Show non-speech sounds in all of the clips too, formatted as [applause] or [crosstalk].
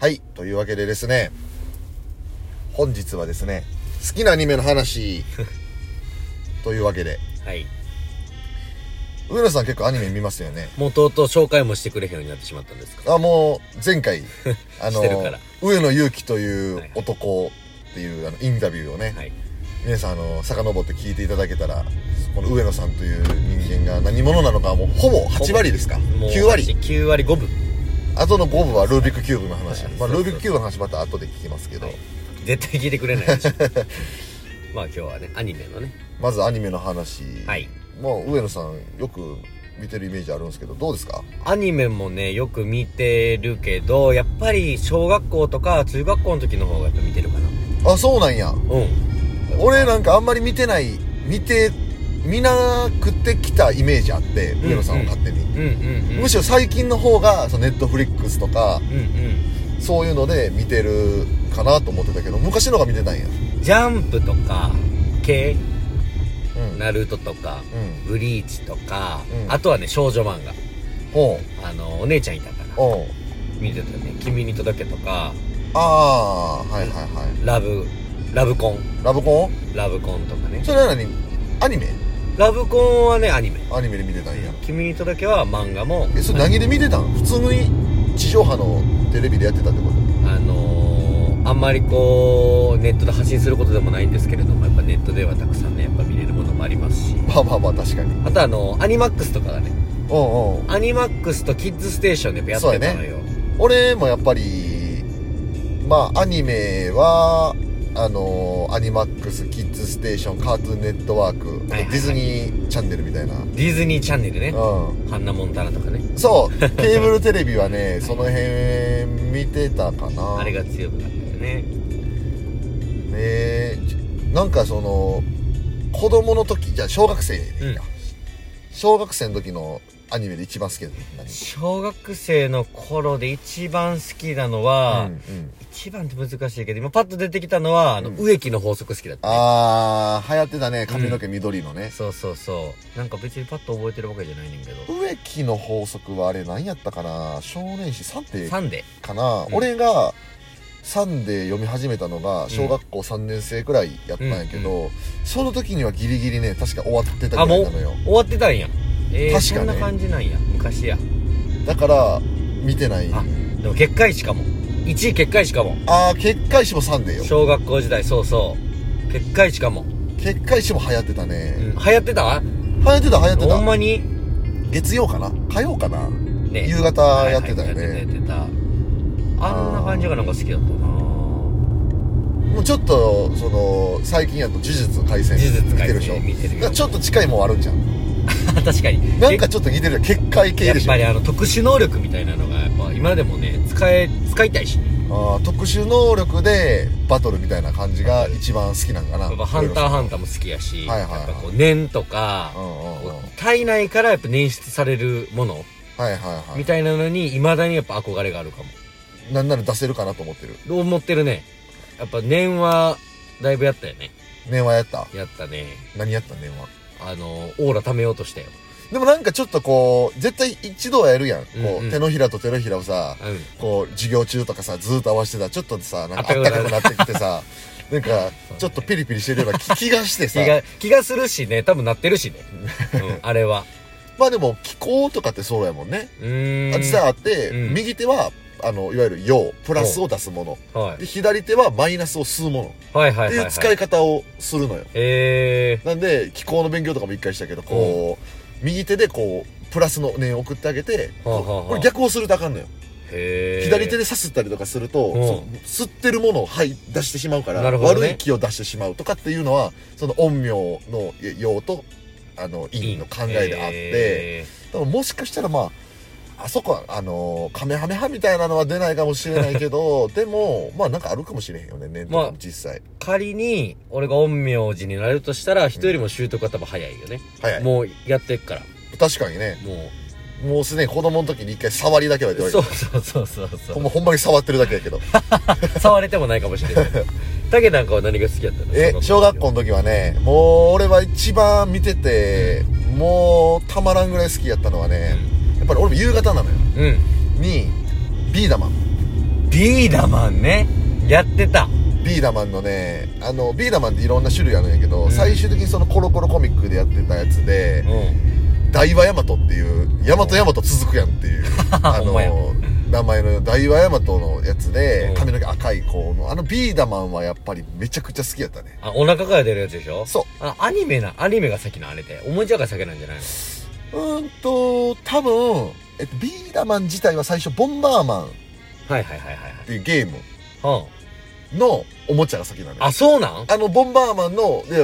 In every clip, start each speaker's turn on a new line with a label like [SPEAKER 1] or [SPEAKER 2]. [SPEAKER 1] はい。というわけでですね、本日はですね、好きなアニメの
[SPEAKER 2] [laughs]
[SPEAKER 1] 話、というわけで、
[SPEAKER 2] はい。
[SPEAKER 1] 上野さん結構アニメ見ますよね。
[SPEAKER 2] もうとうとう紹介もしてくれへんようになってしまったんですか。
[SPEAKER 1] あ、もう、前
[SPEAKER 2] [laughs]
[SPEAKER 1] 回、あの
[SPEAKER 2] してるから、
[SPEAKER 1] 上野勇気とい
[SPEAKER 2] は
[SPEAKER 1] う
[SPEAKER 2] い
[SPEAKER 1] 男っていう、あの、インタビューをね、
[SPEAKER 2] はい。
[SPEAKER 1] 皆さん、あの、遡って聞いていただけたら、この上野さんという人間が何者なのかはもう、ほぼ8割ですか。
[SPEAKER 2] もう
[SPEAKER 1] 9割。
[SPEAKER 2] 9割5分。
[SPEAKER 1] あとの5分はルービックキューブの話。
[SPEAKER 2] はい
[SPEAKER 1] まあ、ルービックキューブの話また後で聞きますけど、
[SPEAKER 2] はい絶対聞いてくれない
[SPEAKER 1] [laughs]
[SPEAKER 2] でしょまあ今日はね、アニメのね。
[SPEAKER 1] まずアニメの話。
[SPEAKER 2] はい。
[SPEAKER 1] もう上野さんよく見てるイメージあるんですけどどうですか
[SPEAKER 2] アニメもね、よく見てるけど、やっぱり小学校とか中学校の時の方がやっぱ見てるかな。
[SPEAKER 1] あそうなんや
[SPEAKER 2] うん。
[SPEAKER 1] 俺なんかあんまり見てない見て見なくてきたイメージあって
[SPEAKER 2] ん
[SPEAKER 1] 上野さんは勝手に、
[SPEAKER 2] うんうんうん。
[SPEAKER 1] むしろ最近の方がネットフリックスとか
[SPEAKER 2] うんうん。
[SPEAKER 1] そういうので見てるかなと思ってたけど昔のが見てたんや
[SPEAKER 2] ジャンプとか、系、
[SPEAKER 1] うん
[SPEAKER 2] ナルトとか、
[SPEAKER 1] うん
[SPEAKER 2] ブリーチとか、
[SPEAKER 1] うん
[SPEAKER 2] あとはね、少女漫画。
[SPEAKER 1] ほう
[SPEAKER 2] あの、お姉ちゃんいたから、
[SPEAKER 1] おう
[SPEAKER 2] 見てたね。君に届けとか、
[SPEAKER 1] ああはいはいはい
[SPEAKER 2] ラブ、ラブコン。
[SPEAKER 1] ラブコン
[SPEAKER 2] ラブコンとかね
[SPEAKER 1] それは何アニメ
[SPEAKER 2] ラブコンはねアニメ
[SPEAKER 1] アニメで見てたんや
[SPEAKER 2] 「君に届け」は漫画も
[SPEAKER 1] えそれ何で見てたん普通に地上波のテレビでやってたってこと
[SPEAKER 2] あのー、あんまりこうネットで発信することでもないんですけれどもやっぱネットではたくさんねやっぱ見れるものもありますし
[SPEAKER 1] まあまあまあ確かに
[SPEAKER 2] あとあのアニマックスとかがね
[SPEAKER 1] うんうん
[SPEAKER 2] アニマックスとキッズステーションでやっぱやってたのよ、
[SPEAKER 1] 俺もやっぱりまあアニメはあのアニマックスキッズステーションカートゥーンネットワーク、
[SPEAKER 2] はいはいはい
[SPEAKER 1] ディズニーチャンネルみたいな、
[SPEAKER 2] ディズニーチャンネルね
[SPEAKER 1] う
[SPEAKER 2] ハンナ・モンタナとかね
[SPEAKER 1] ん、
[SPEAKER 2] [laughs]
[SPEAKER 1] そうケーブルテレビはねその辺見てたかな
[SPEAKER 2] あれが強くなったよね
[SPEAKER 1] えーなんかその子供の時じゃあ小学生でいいな、
[SPEAKER 2] う
[SPEAKER 1] 小学生の時のアニメで一番好きなの何
[SPEAKER 2] 小学生の頃で一番好きなのは、
[SPEAKER 1] うんうん
[SPEAKER 2] 一番って難しいけど今パッと出てきたのはあの、
[SPEAKER 1] うん
[SPEAKER 2] 植木の法則好きだったね
[SPEAKER 1] あー流行ってたね髪の毛緑のね、
[SPEAKER 2] そうそうそうなんか別にパッと覚えてるわけじゃないねんけど
[SPEAKER 1] 植木の法則はあれ何やったかな少年誌サンデ
[SPEAKER 2] サ
[SPEAKER 1] ー
[SPEAKER 2] ンデ
[SPEAKER 1] かな、
[SPEAKER 2] うん
[SPEAKER 1] 俺がサンデー読み始めたのが小学校3年生くらいやったんやけど、その時にはギリギリね確か終わってたぐらいなのよ
[SPEAKER 2] ー終わってたんやえー、
[SPEAKER 1] 確かね
[SPEAKER 2] そんな感じなんや昔や
[SPEAKER 1] だから見てない
[SPEAKER 2] あでも結界しかも1位結界しかも
[SPEAKER 1] ああ結界誌もサンデーよ
[SPEAKER 2] 小学校時代そうそう結界しかも、
[SPEAKER 1] 結界誌も流行ってた
[SPEAKER 2] うん、流
[SPEAKER 1] ね、
[SPEAKER 2] 行ってた
[SPEAKER 1] 流行ってた流行って
[SPEAKER 2] ほん
[SPEAKER 1] た
[SPEAKER 2] まに
[SPEAKER 1] 月曜かな火曜かな
[SPEAKER 2] ね
[SPEAKER 1] 夕方やってたよね、
[SPEAKER 2] はいはいやってたやってたあんな感じがなんか好きだったな
[SPEAKER 1] もうちょっとその最近やと呪術廻戦
[SPEAKER 2] 呪術
[SPEAKER 1] 見てる
[SPEAKER 2] 改
[SPEAKER 1] でしょ
[SPEAKER 2] 正見てる
[SPEAKER 1] だ
[SPEAKER 2] よ
[SPEAKER 1] [laughs] からちょっと近いもんあるんじゃん
[SPEAKER 2] 確かに
[SPEAKER 1] なんかちょっと似てるよ結界系
[SPEAKER 2] やっ
[SPEAKER 1] でしょ
[SPEAKER 2] ぱりあの特殊能力みたいなのがやっぱ今でもね使え使いたいし
[SPEAKER 1] あー特殊能力でバトルみたいな感じが一番好きなんかな
[SPEAKER 2] やっぱハンター
[SPEAKER 1] ー
[SPEAKER 2] ハンターも好きやし、
[SPEAKER 1] はいはいはい
[SPEAKER 2] やっぱこう念とか
[SPEAKER 1] う、んうんうんはい
[SPEAKER 2] 体内からやっぱ捻出されるもの
[SPEAKER 1] はいは
[SPEAKER 2] みたいなのに、未だにやっぱ憧れがあるかも。
[SPEAKER 1] いなんなら出せるかなと思ってる
[SPEAKER 2] どう思ってるね。やっぱ念は、だいぶやったよね。
[SPEAKER 1] 念話やった
[SPEAKER 2] やったね。
[SPEAKER 1] 何やった念話
[SPEAKER 2] あの、オーラ貯めようとしたよ。
[SPEAKER 1] でもなんかちょっとこう絶対一度はやるやん、こ
[SPEAKER 2] うんう
[SPEAKER 1] うん手のひらと手のひらをさ
[SPEAKER 2] う
[SPEAKER 1] こう授業中とかさずーっと合わせてたちょっとさなんかあ
[SPEAKER 2] あ
[SPEAKER 1] っ
[SPEAKER 2] っ
[SPEAKER 1] か
[SPEAKER 2] たたか
[SPEAKER 1] く
[SPEAKER 2] く
[SPEAKER 1] なってきて
[SPEAKER 2] [laughs]
[SPEAKER 1] さなんかちょっとピリピリしてるような気気がして
[SPEAKER 2] ん。
[SPEAKER 1] さ
[SPEAKER 2] 気が、気がするしね。多分なってるしね。
[SPEAKER 1] [laughs]
[SPEAKER 2] うん、あれは。
[SPEAKER 1] まあでも気候とかってそうやもんね、
[SPEAKER 2] うーん。
[SPEAKER 1] 実際あって、
[SPEAKER 2] うん
[SPEAKER 1] 右手はあのいわゆる陽プラスを出すもの
[SPEAKER 2] はい
[SPEAKER 1] で。左手はマイナスを吸うもの
[SPEAKER 2] はいはい
[SPEAKER 1] って
[SPEAKER 2] はい、
[SPEAKER 1] い
[SPEAKER 2] は
[SPEAKER 1] う
[SPEAKER 2] い。
[SPEAKER 1] 使い方をするのよ
[SPEAKER 2] え
[SPEAKER 1] なんで気候の勉強とかも一回したけどこう右手でこうプラスの念を送ってあげて
[SPEAKER 2] はあはあは
[SPEAKER 1] こ
[SPEAKER 2] あ
[SPEAKER 1] うこれ逆をするとあかんのよ
[SPEAKER 2] ー。へー
[SPEAKER 1] 左手で。さすったりとかすると
[SPEAKER 2] うん
[SPEAKER 1] その吸ってるものを吐い出してしまうから
[SPEAKER 2] なるほどね
[SPEAKER 1] 悪い気を出してしまうとかっていうのはその陰陽の陽とあの陰の考えであって
[SPEAKER 2] へ
[SPEAKER 1] だからもしかしたらまああそこはあのカメハメ派みたいなのは出ないかもしれないけ
[SPEAKER 2] [laughs]
[SPEAKER 1] どでもまあなんかあるかもしれへんよね念とかも
[SPEAKER 2] まあ
[SPEAKER 1] 実際
[SPEAKER 2] ー。仮に、俺が陰陽師になれるとしたら、人よりも習得は多分早いよね。
[SPEAKER 1] はい
[SPEAKER 2] もうやってっから。
[SPEAKER 1] 確かにね
[SPEAKER 2] もう。
[SPEAKER 1] もうすでに子供の時に一回触りだけはやってる
[SPEAKER 2] そうそうそうそうそ
[SPEAKER 1] ほん
[SPEAKER 2] う
[SPEAKER 1] まほんまに触ってるだけや
[SPEAKER 2] [laughs]
[SPEAKER 1] けど
[SPEAKER 2] 触れてもないかもしれないタケなんかは何が好きやったの
[SPEAKER 1] え小学校の時はねもう俺は一番見ててもうたまらんぐらい好きやったのはねやっぱり俺も夕方なのよ
[SPEAKER 2] うん
[SPEAKER 1] にビーダマン
[SPEAKER 2] ビーダマンねやってた
[SPEAKER 1] ビーダマンのねあのビーダマンっていろんな種類あるんやけど、
[SPEAKER 2] うん
[SPEAKER 1] 最終的にそのコロコロコミックでやってたやつで
[SPEAKER 2] う
[SPEAKER 1] 大和ヤマトっていうヤマトヤマト続くやんって
[SPEAKER 2] [laughs]
[SPEAKER 1] いうあ
[SPEAKER 2] ほんまや
[SPEAKER 1] の名前の大和ヤマトのやつ
[SPEAKER 2] う
[SPEAKER 1] で
[SPEAKER 2] ん
[SPEAKER 1] 髪の毛赤い子のあのビーダマンはやっぱりめちゃくちゃ好きやったね
[SPEAKER 2] あお腹から出るやつでしょ
[SPEAKER 1] そ
[SPEAKER 2] あアニメなアニメが先なあれでおもちゃが先なんじゃないの
[SPEAKER 1] ううーんと多分、えっと、ビーダマン自体は最初ボンバーマンっ
[SPEAKER 2] はいはいはいはい
[SPEAKER 1] ていうゲーム
[SPEAKER 2] はい、
[SPEAKER 1] のおもちゃが先なの
[SPEAKER 2] うん、
[SPEAKER 1] よ
[SPEAKER 2] あそうなん
[SPEAKER 1] あのボンバーマンのいや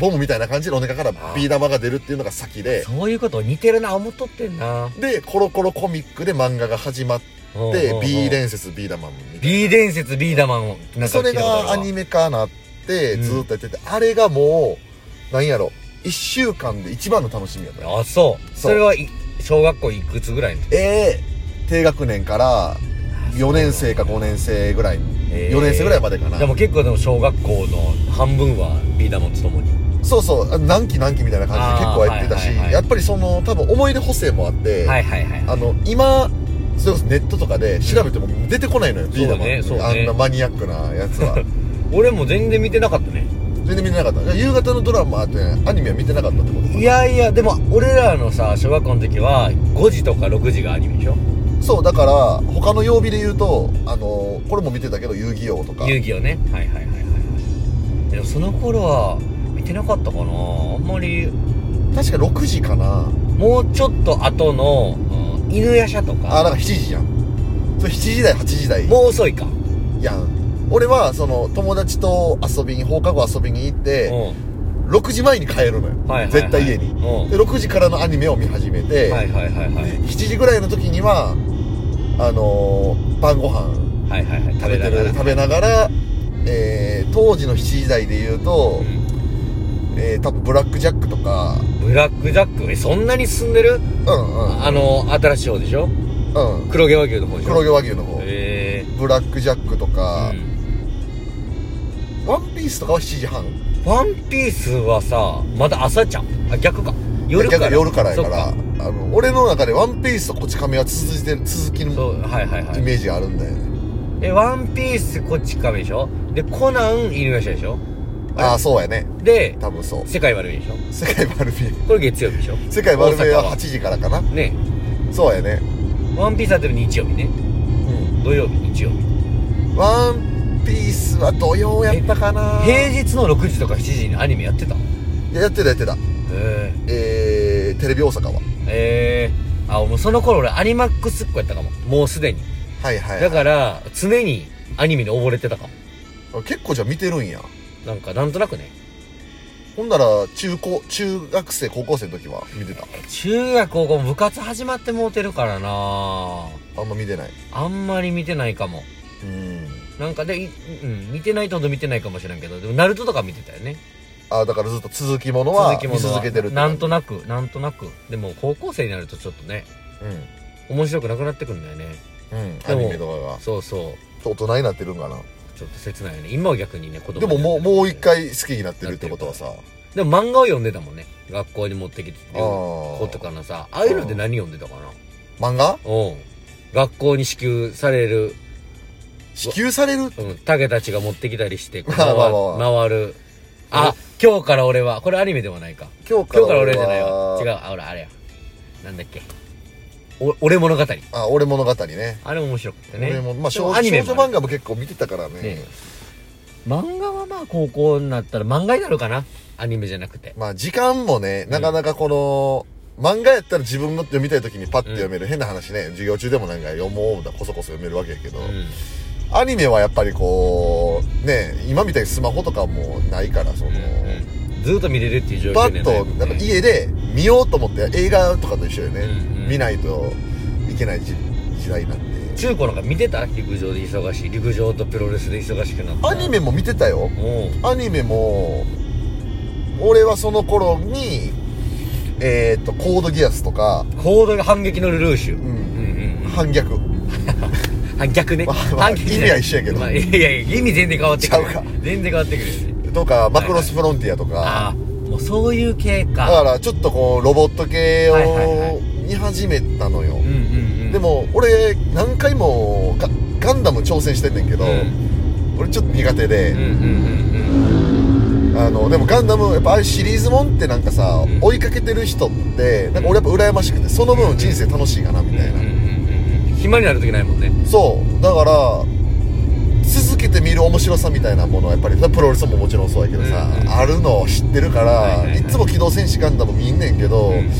[SPEAKER 1] ボムみたいな感じでお腹からビー玉が出るっていうのが先で
[SPEAKER 2] そういうこと似てるな思っとってんな
[SPEAKER 1] でコロコロコミックで漫画が始まって
[SPEAKER 2] うんうんうん
[SPEAKER 1] B 伝説ビーダマンみたい
[SPEAKER 2] B 伝説ビーダマンをな
[SPEAKER 1] なん
[SPEAKER 2] か
[SPEAKER 1] そ
[SPEAKER 2] 聞
[SPEAKER 1] れ
[SPEAKER 2] いたことある
[SPEAKER 1] が
[SPEAKER 2] わ
[SPEAKER 1] アニメ化なって
[SPEAKER 2] うん
[SPEAKER 1] ずっとやってて、あれがもうなんやろ1週間で一番の楽しみやったよ
[SPEAKER 2] あそう
[SPEAKER 1] そう
[SPEAKER 2] それはい小学校いくつぐらいの時
[SPEAKER 1] ええ低学年から4年生か5年生ぐらい4年生ぐらいまでかな、
[SPEAKER 2] でも結構でも小学校の半分はビーダマンと共に
[SPEAKER 1] そうそう何期何期みたいな感じで結構やってたし、
[SPEAKER 2] あーはいはいはい
[SPEAKER 1] やっぱりその多分思い出補正もあって、
[SPEAKER 2] はいはいはい
[SPEAKER 1] あの今それこそネットとかで調べても出てこないのよ、ビーダマン
[SPEAKER 2] そうねそう
[SPEAKER 1] あ
[SPEAKER 2] ね
[SPEAKER 1] んなマニアックなやつは
[SPEAKER 2] [laughs] 俺も全然見てなかったね
[SPEAKER 1] 全然見てなかった夕方のドラマってアニメは見てなかったってこと
[SPEAKER 2] いやいやでも俺らのさ小学校の時は5時とか6時がアニメでしょ
[SPEAKER 1] そうだから他の曜日で言うとあのこれも見てたけど遊戯王とか
[SPEAKER 2] 遊戯をねはいはいはいはいはいでもその頃は見てなかったかなあんまり
[SPEAKER 1] 確か6時かな
[SPEAKER 2] もうちょっと後の、うん犬夜叉と
[SPEAKER 1] あだか
[SPEAKER 2] か
[SPEAKER 1] ら7時やんそれ7時台8時台
[SPEAKER 2] もう遅いか
[SPEAKER 1] やん俺はその友達と遊びに放課後遊びに行っ
[SPEAKER 2] うん
[SPEAKER 1] て6時前に帰るのよ、
[SPEAKER 2] はいはいはい
[SPEAKER 1] 絶対家に
[SPEAKER 2] うんは
[SPEAKER 1] で6時からのアニメを見始めて、
[SPEAKER 2] いはいはいはいはい
[SPEAKER 1] 7時ぐらいの時にはあのー晩ご飯
[SPEAKER 2] はいはい
[SPEAKER 1] 食べてる食べながら、えー当時の7時台で言うと、
[SPEAKER 2] うん
[SPEAKER 1] えー多分ブラックジャックとか
[SPEAKER 2] ブラックジャックえそんなに進んでる
[SPEAKER 1] うんうん
[SPEAKER 2] あの新しい方でしょ
[SPEAKER 1] うん
[SPEAKER 2] 黒毛和牛の方でしょ
[SPEAKER 1] 黒毛和牛の方、
[SPEAKER 2] え
[SPEAKER 1] ブラックジャックと
[SPEAKER 2] え
[SPEAKER 1] か
[SPEAKER 2] ー、
[SPEAKER 1] ワンピースとかは7時半
[SPEAKER 2] うんワンピースはさまだ朝じゃんあ逆か夜から
[SPEAKER 1] 逆夜からやから
[SPEAKER 2] そっ
[SPEAKER 1] あの俺の中でワンピースとこち亀は続いてる続き
[SPEAKER 2] そ
[SPEAKER 1] の
[SPEAKER 2] うはいはいは
[SPEAKER 1] イ
[SPEAKER 2] い
[SPEAKER 1] メージがあるんだよね、
[SPEAKER 2] えワンピースこっち亀でしょでコナン犬夜叉でしょ
[SPEAKER 1] ああそうやね
[SPEAKER 2] で
[SPEAKER 1] 多分そう
[SPEAKER 2] 世界悪いでしょ
[SPEAKER 1] 世界丸見え
[SPEAKER 2] これ月曜日でしょ
[SPEAKER 1] 世界丸見え
[SPEAKER 2] 大阪
[SPEAKER 1] は
[SPEAKER 2] は
[SPEAKER 1] 8時からかな
[SPEAKER 2] ね
[SPEAKER 1] そうやね
[SPEAKER 2] ワンピースやってる日曜日ね
[SPEAKER 1] うん
[SPEAKER 2] 土曜日日曜日
[SPEAKER 1] ワンピースは土曜やったかな
[SPEAKER 2] 平日の6時とか7時にアニメやってたへ
[SPEAKER 1] いややってたやってた
[SPEAKER 2] え
[SPEAKER 1] えー、テレビ大阪は
[SPEAKER 2] ええあもうその頃俺アニマックスっ子やったかももうすでに
[SPEAKER 1] はいはい、
[SPEAKER 2] だから常にアニメに溺れてたかも
[SPEAKER 1] 結構じゃあ見てるんや
[SPEAKER 2] なんかなんとなくね
[SPEAKER 1] ほんなら中高中学生高校生の時は見てた
[SPEAKER 2] 中学高校部活始まってもうてるからな
[SPEAKER 1] あんま見てない
[SPEAKER 2] あんまり見てないかも
[SPEAKER 1] うん
[SPEAKER 2] なんかで、いうん、見てないとほど見てないかもしれんけどでもナルトとか見てたよね
[SPEAKER 1] あだからずっと続きものは見
[SPEAKER 2] ものは
[SPEAKER 1] 続けてるって
[SPEAKER 2] な
[SPEAKER 1] 感
[SPEAKER 2] ん
[SPEAKER 1] じ
[SPEAKER 2] となくなんとなくでも高校生になるとちょっとね面白くなくなってくるんだよね
[SPEAKER 1] うんうん
[SPEAKER 2] で
[SPEAKER 1] ア
[SPEAKER 2] も
[SPEAKER 1] ニメとかが
[SPEAKER 2] そうそう
[SPEAKER 1] 大人になってるんかな
[SPEAKER 2] ちょっと切ないよね今は逆にね子供
[SPEAKER 1] でももう
[SPEAKER 2] になってる
[SPEAKER 1] もう一回好きになってるってことはさ
[SPEAKER 2] でも漫画を読んでたもんね学校に持ってきて
[SPEAKER 1] あ
[SPEAKER 2] 子と
[SPEAKER 1] ー
[SPEAKER 2] かのさああいうので何読んでたかな
[SPEAKER 1] 漫画
[SPEAKER 2] うん学校に支給される、
[SPEAKER 1] 支給される
[SPEAKER 2] うん、タケたちが持ってきたりしてこ
[SPEAKER 1] [laughs]
[SPEAKER 2] う
[SPEAKER 1] まあ
[SPEAKER 2] 回
[SPEAKER 1] まあまあ
[SPEAKER 2] 回るあ今日から俺はこれアニメではないか
[SPEAKER 1] 今日
[SPEAKER 2] 今日から
[SPEAKER 1] は
[SPEAKER 2] 俺じゃないわ違うあ俺あれやなんだっけお俺物語
[SPEAKER 1] あ俺物語ね
[SPEAKER 2] あれ面白くてね
[SPEAKER 1] 俺もまあ
[SPEAKER 2] で
[SPEAKER 1] 少
[SPEAKER 2] アニメ
[SPEAKER 1] 少女
[SPEAKER 2] も
[SPEAKER 1] 漫
[SPEAKER 2] ある
[SPEAKER 1] 画も結構見てたからね
[SPEAKER 2] ね漫画はまあ高校になったら漫画になるかなアニメじゃなくて
[SPEAKER 1] まあ時間もねなかなかこの、漫画やったら自分の読みたい時にパッて読める、変な話ね授業中でもなんか読もうだこそこそ読めるわけやけど、
[SPEAKER 2] うん
[SPEAKER 1] アニメはやっぱりこうね今みたいにスマホとかもないからその、
[SPEAKER 2] うんずーっと見れるっていう状況
[SPEAKER 1] パ
[SPEAKER 2] に
[SPEAKER 1] ッ
[SPEAKER 2] はな
[SPEAKER 1] と
[SPEAKER 2] いもん
[SPEAKER 1] な
[SPEAKER 2] ね
[SPEAKER 1] んか家で見ようと思って映画とかと一緒よね、
[SPEAKER 2] うんうん
[SPEAKER 1] 見ないといけない時時代なんで
[SPEAKER 2] 中高なんか見てた陸上で忙しい陸上とプロレスで忙しくなった
[SPEAKER 1] アニメも見てたよ
[SPEAKER 2] おう
[SPEAKER 1] アニメも俺はその頃にえっ、とコードギアスとか、
[SPEAKER 2] コードが反撃のルルーシュ
[SPEAKER 1] う
[SPEAKER 2] うん
[SPEAKER 1] ん、
[SPEAKER 2] うん
[SPEAKER 1] 反逆
[SPEAKER 2] 反逆ね
[SPEAKER 1] まあまあ
[SPEAKER 2] 反逆じ
[SPEAKER 1] 意
[SPEAKER 2] ゃな
[SPEAKER 1] 味
[SPEAKER 2] い
[SPEAKER 1] は一緒やけど
[SPEAKER 2] まあいやいや意味全然変わってくる
[SPEAKER 1] ちゃうか
[SPEAKER 2] 全然変わってくるよね
[SPEAKER 1] とかマクロスフロンティアとか、
[SPEAKER 2] ああもうそういう系
[SPEAKER 1] だ
[SPEAKER 2] か
[SPEAKER 1] からちょっとこうロボット系
[SPEAKER 2] はいはいは
[SPEAKER 1] を見始めたのよ、
[SPEAKER 2] うんうんうん
[SPEAKER 1] でも俺何回もガガンダム挑戦してんねんけど、俺ちょっと苦手
[SPEAKER 2] うん
[SPEAKER 1] で、
[SPEAKER 2] うんうん
[SPEAKER 1] あのでもガンダムやっぱああいうシリーズもんってなんかさ、
[SPEAKER 2] うん
[SPEAKER 1] 追いかけてる人ってなんか俺やっぱ羨ましくてその分人生楽しいかなみたいな、
[SPEAKER 2] うんうんうん暇になる時ないもんね [laughs]
[SPEAKER 1] そうだから続けて見る面白さみたいなものはやっぱりプロレスももちろんそうやけどさ、
[SPEAKER 2] うんうん
[SPEAKER 1] あるのを知ってるから、
[SPEAKER 2] はい
[SPEAKER 1] い
[SPEAKER 2] はいはい
[SPEAKER 1] つも「機動戦士ガンダム」見んねんけど、
[SPEAKER 2] うん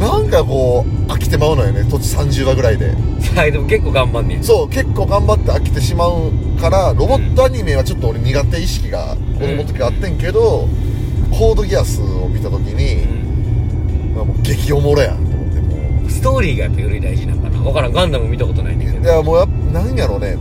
[SPEAKER 1] なんかこう飽きてまうのよね途中30話ぐらいで
[SPEAKER 2] はいでも結構頑張んねや
[SPEAKER 1] そう結構頑張って飽きてしまうからロボットアニメはちょっと俺苦手意識が子供の時はあってんけど、コードギアスを見た時に、まあもう激おもろやんと思っても
[SPEAKER 2] ストーリーがやっぱより大事なんかな分からんガンダム見たことないねんけ
[SPEAKER 1] うい
[SPEAKER 2] ど
[SPEAKER 1] やもうやっぱなんやろね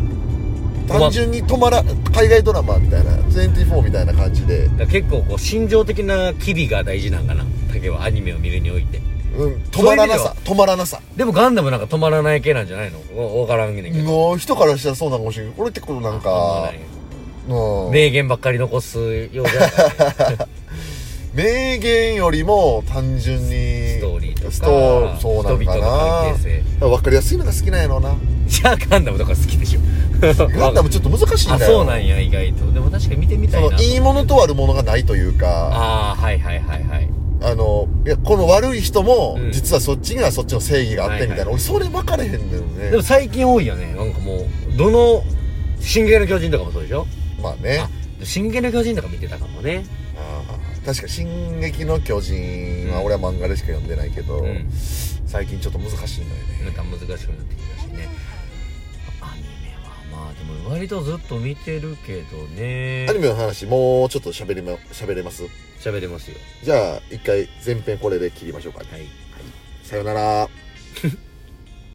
[SPEAKER 1] 単純に止まら海外ドラマみたいな24みたいな感じで、
[SPEAKER 2] だから結構こう心情的な機微が大事なんかな竹はアニメを見るにおいて
[SPEAKER 1] うん、止まらなさ止まらなさ
[SPEAKER 2] でもガンダムなんか止まらない系なんじゃないの分からんねんけど
[SPEAKER 1] の人からしたらそうなのかもしれんけど俺結構なんか、うん、
[SPEAKER 2] 名言ばっかり残すようじゃないからね
[SPEAKER 1] 名言よりも単純に
[SPEAKER 2] ス
[SPEAKER 1] ス
[SPEAKER 2] トーリーとか
[SPEAKER 1] ストーそうなんか
[SPEAKER 2] 人々の関係
[SPEAKER 1] な分かりやすいのが好きなんやろうな
[SPEAKER 2] [laughs] じゃあガンダムとか好きでしょ
[SPEAKER 1] ガンダムちょっと難しいん
[SPEAKER 2] あ
[SPEAKER 1] だよ
[SPEAKER 2] そうなんや意外とでも確かに見てみた
[SPEAKER 1] そ
[SPEAKER 2] いな
[SPEAKER 1] のいいものと悪者がないというか
[SPEAKER 2] ああはいはいはいはい
[SPEAKER 1] あのいやこの悪い人も、
[SPEAKER 2] うん
[SPEAKER 1] 実はそっちにはそっちの正義があってみたいな、
[SPEAKER 2] はいはい
[SPEAKER 1] 俺それ分かれへんだよね
[SPEAKER 2] でも最近多いよねなんかもうどの「進撃の巨人」とかもそうでしょ
[SPEAKER 1] まあね
[SPEAKER 2] あ「進撃の巨人」とか見てたかもね
[SPEAKER 1] あー確か「進撃の巨人」は
[SPEAKER 2] うん
[SPEAKER 1] 俺は漫画でしか読んでないけど、
[SPEAKER 2] うん
[SPEAKER 1] 最近ちょっと難しいのよ
[SPEAKER 2] なん
[SPEAKER 1] ね
[SPEAKER 2] か難しくなってきたしねアニメはまあでも割とずっと見てるけどね
[SPEAKER 1] アニメの話もうちょっと喋りま喋れます
[SPEAKER 2] 喋れますよ
[SPEAKER 1] じゃあ一回前編これで切りましょうかね
[SPEAKER 2] はい
[SPEAKER 1] さよなら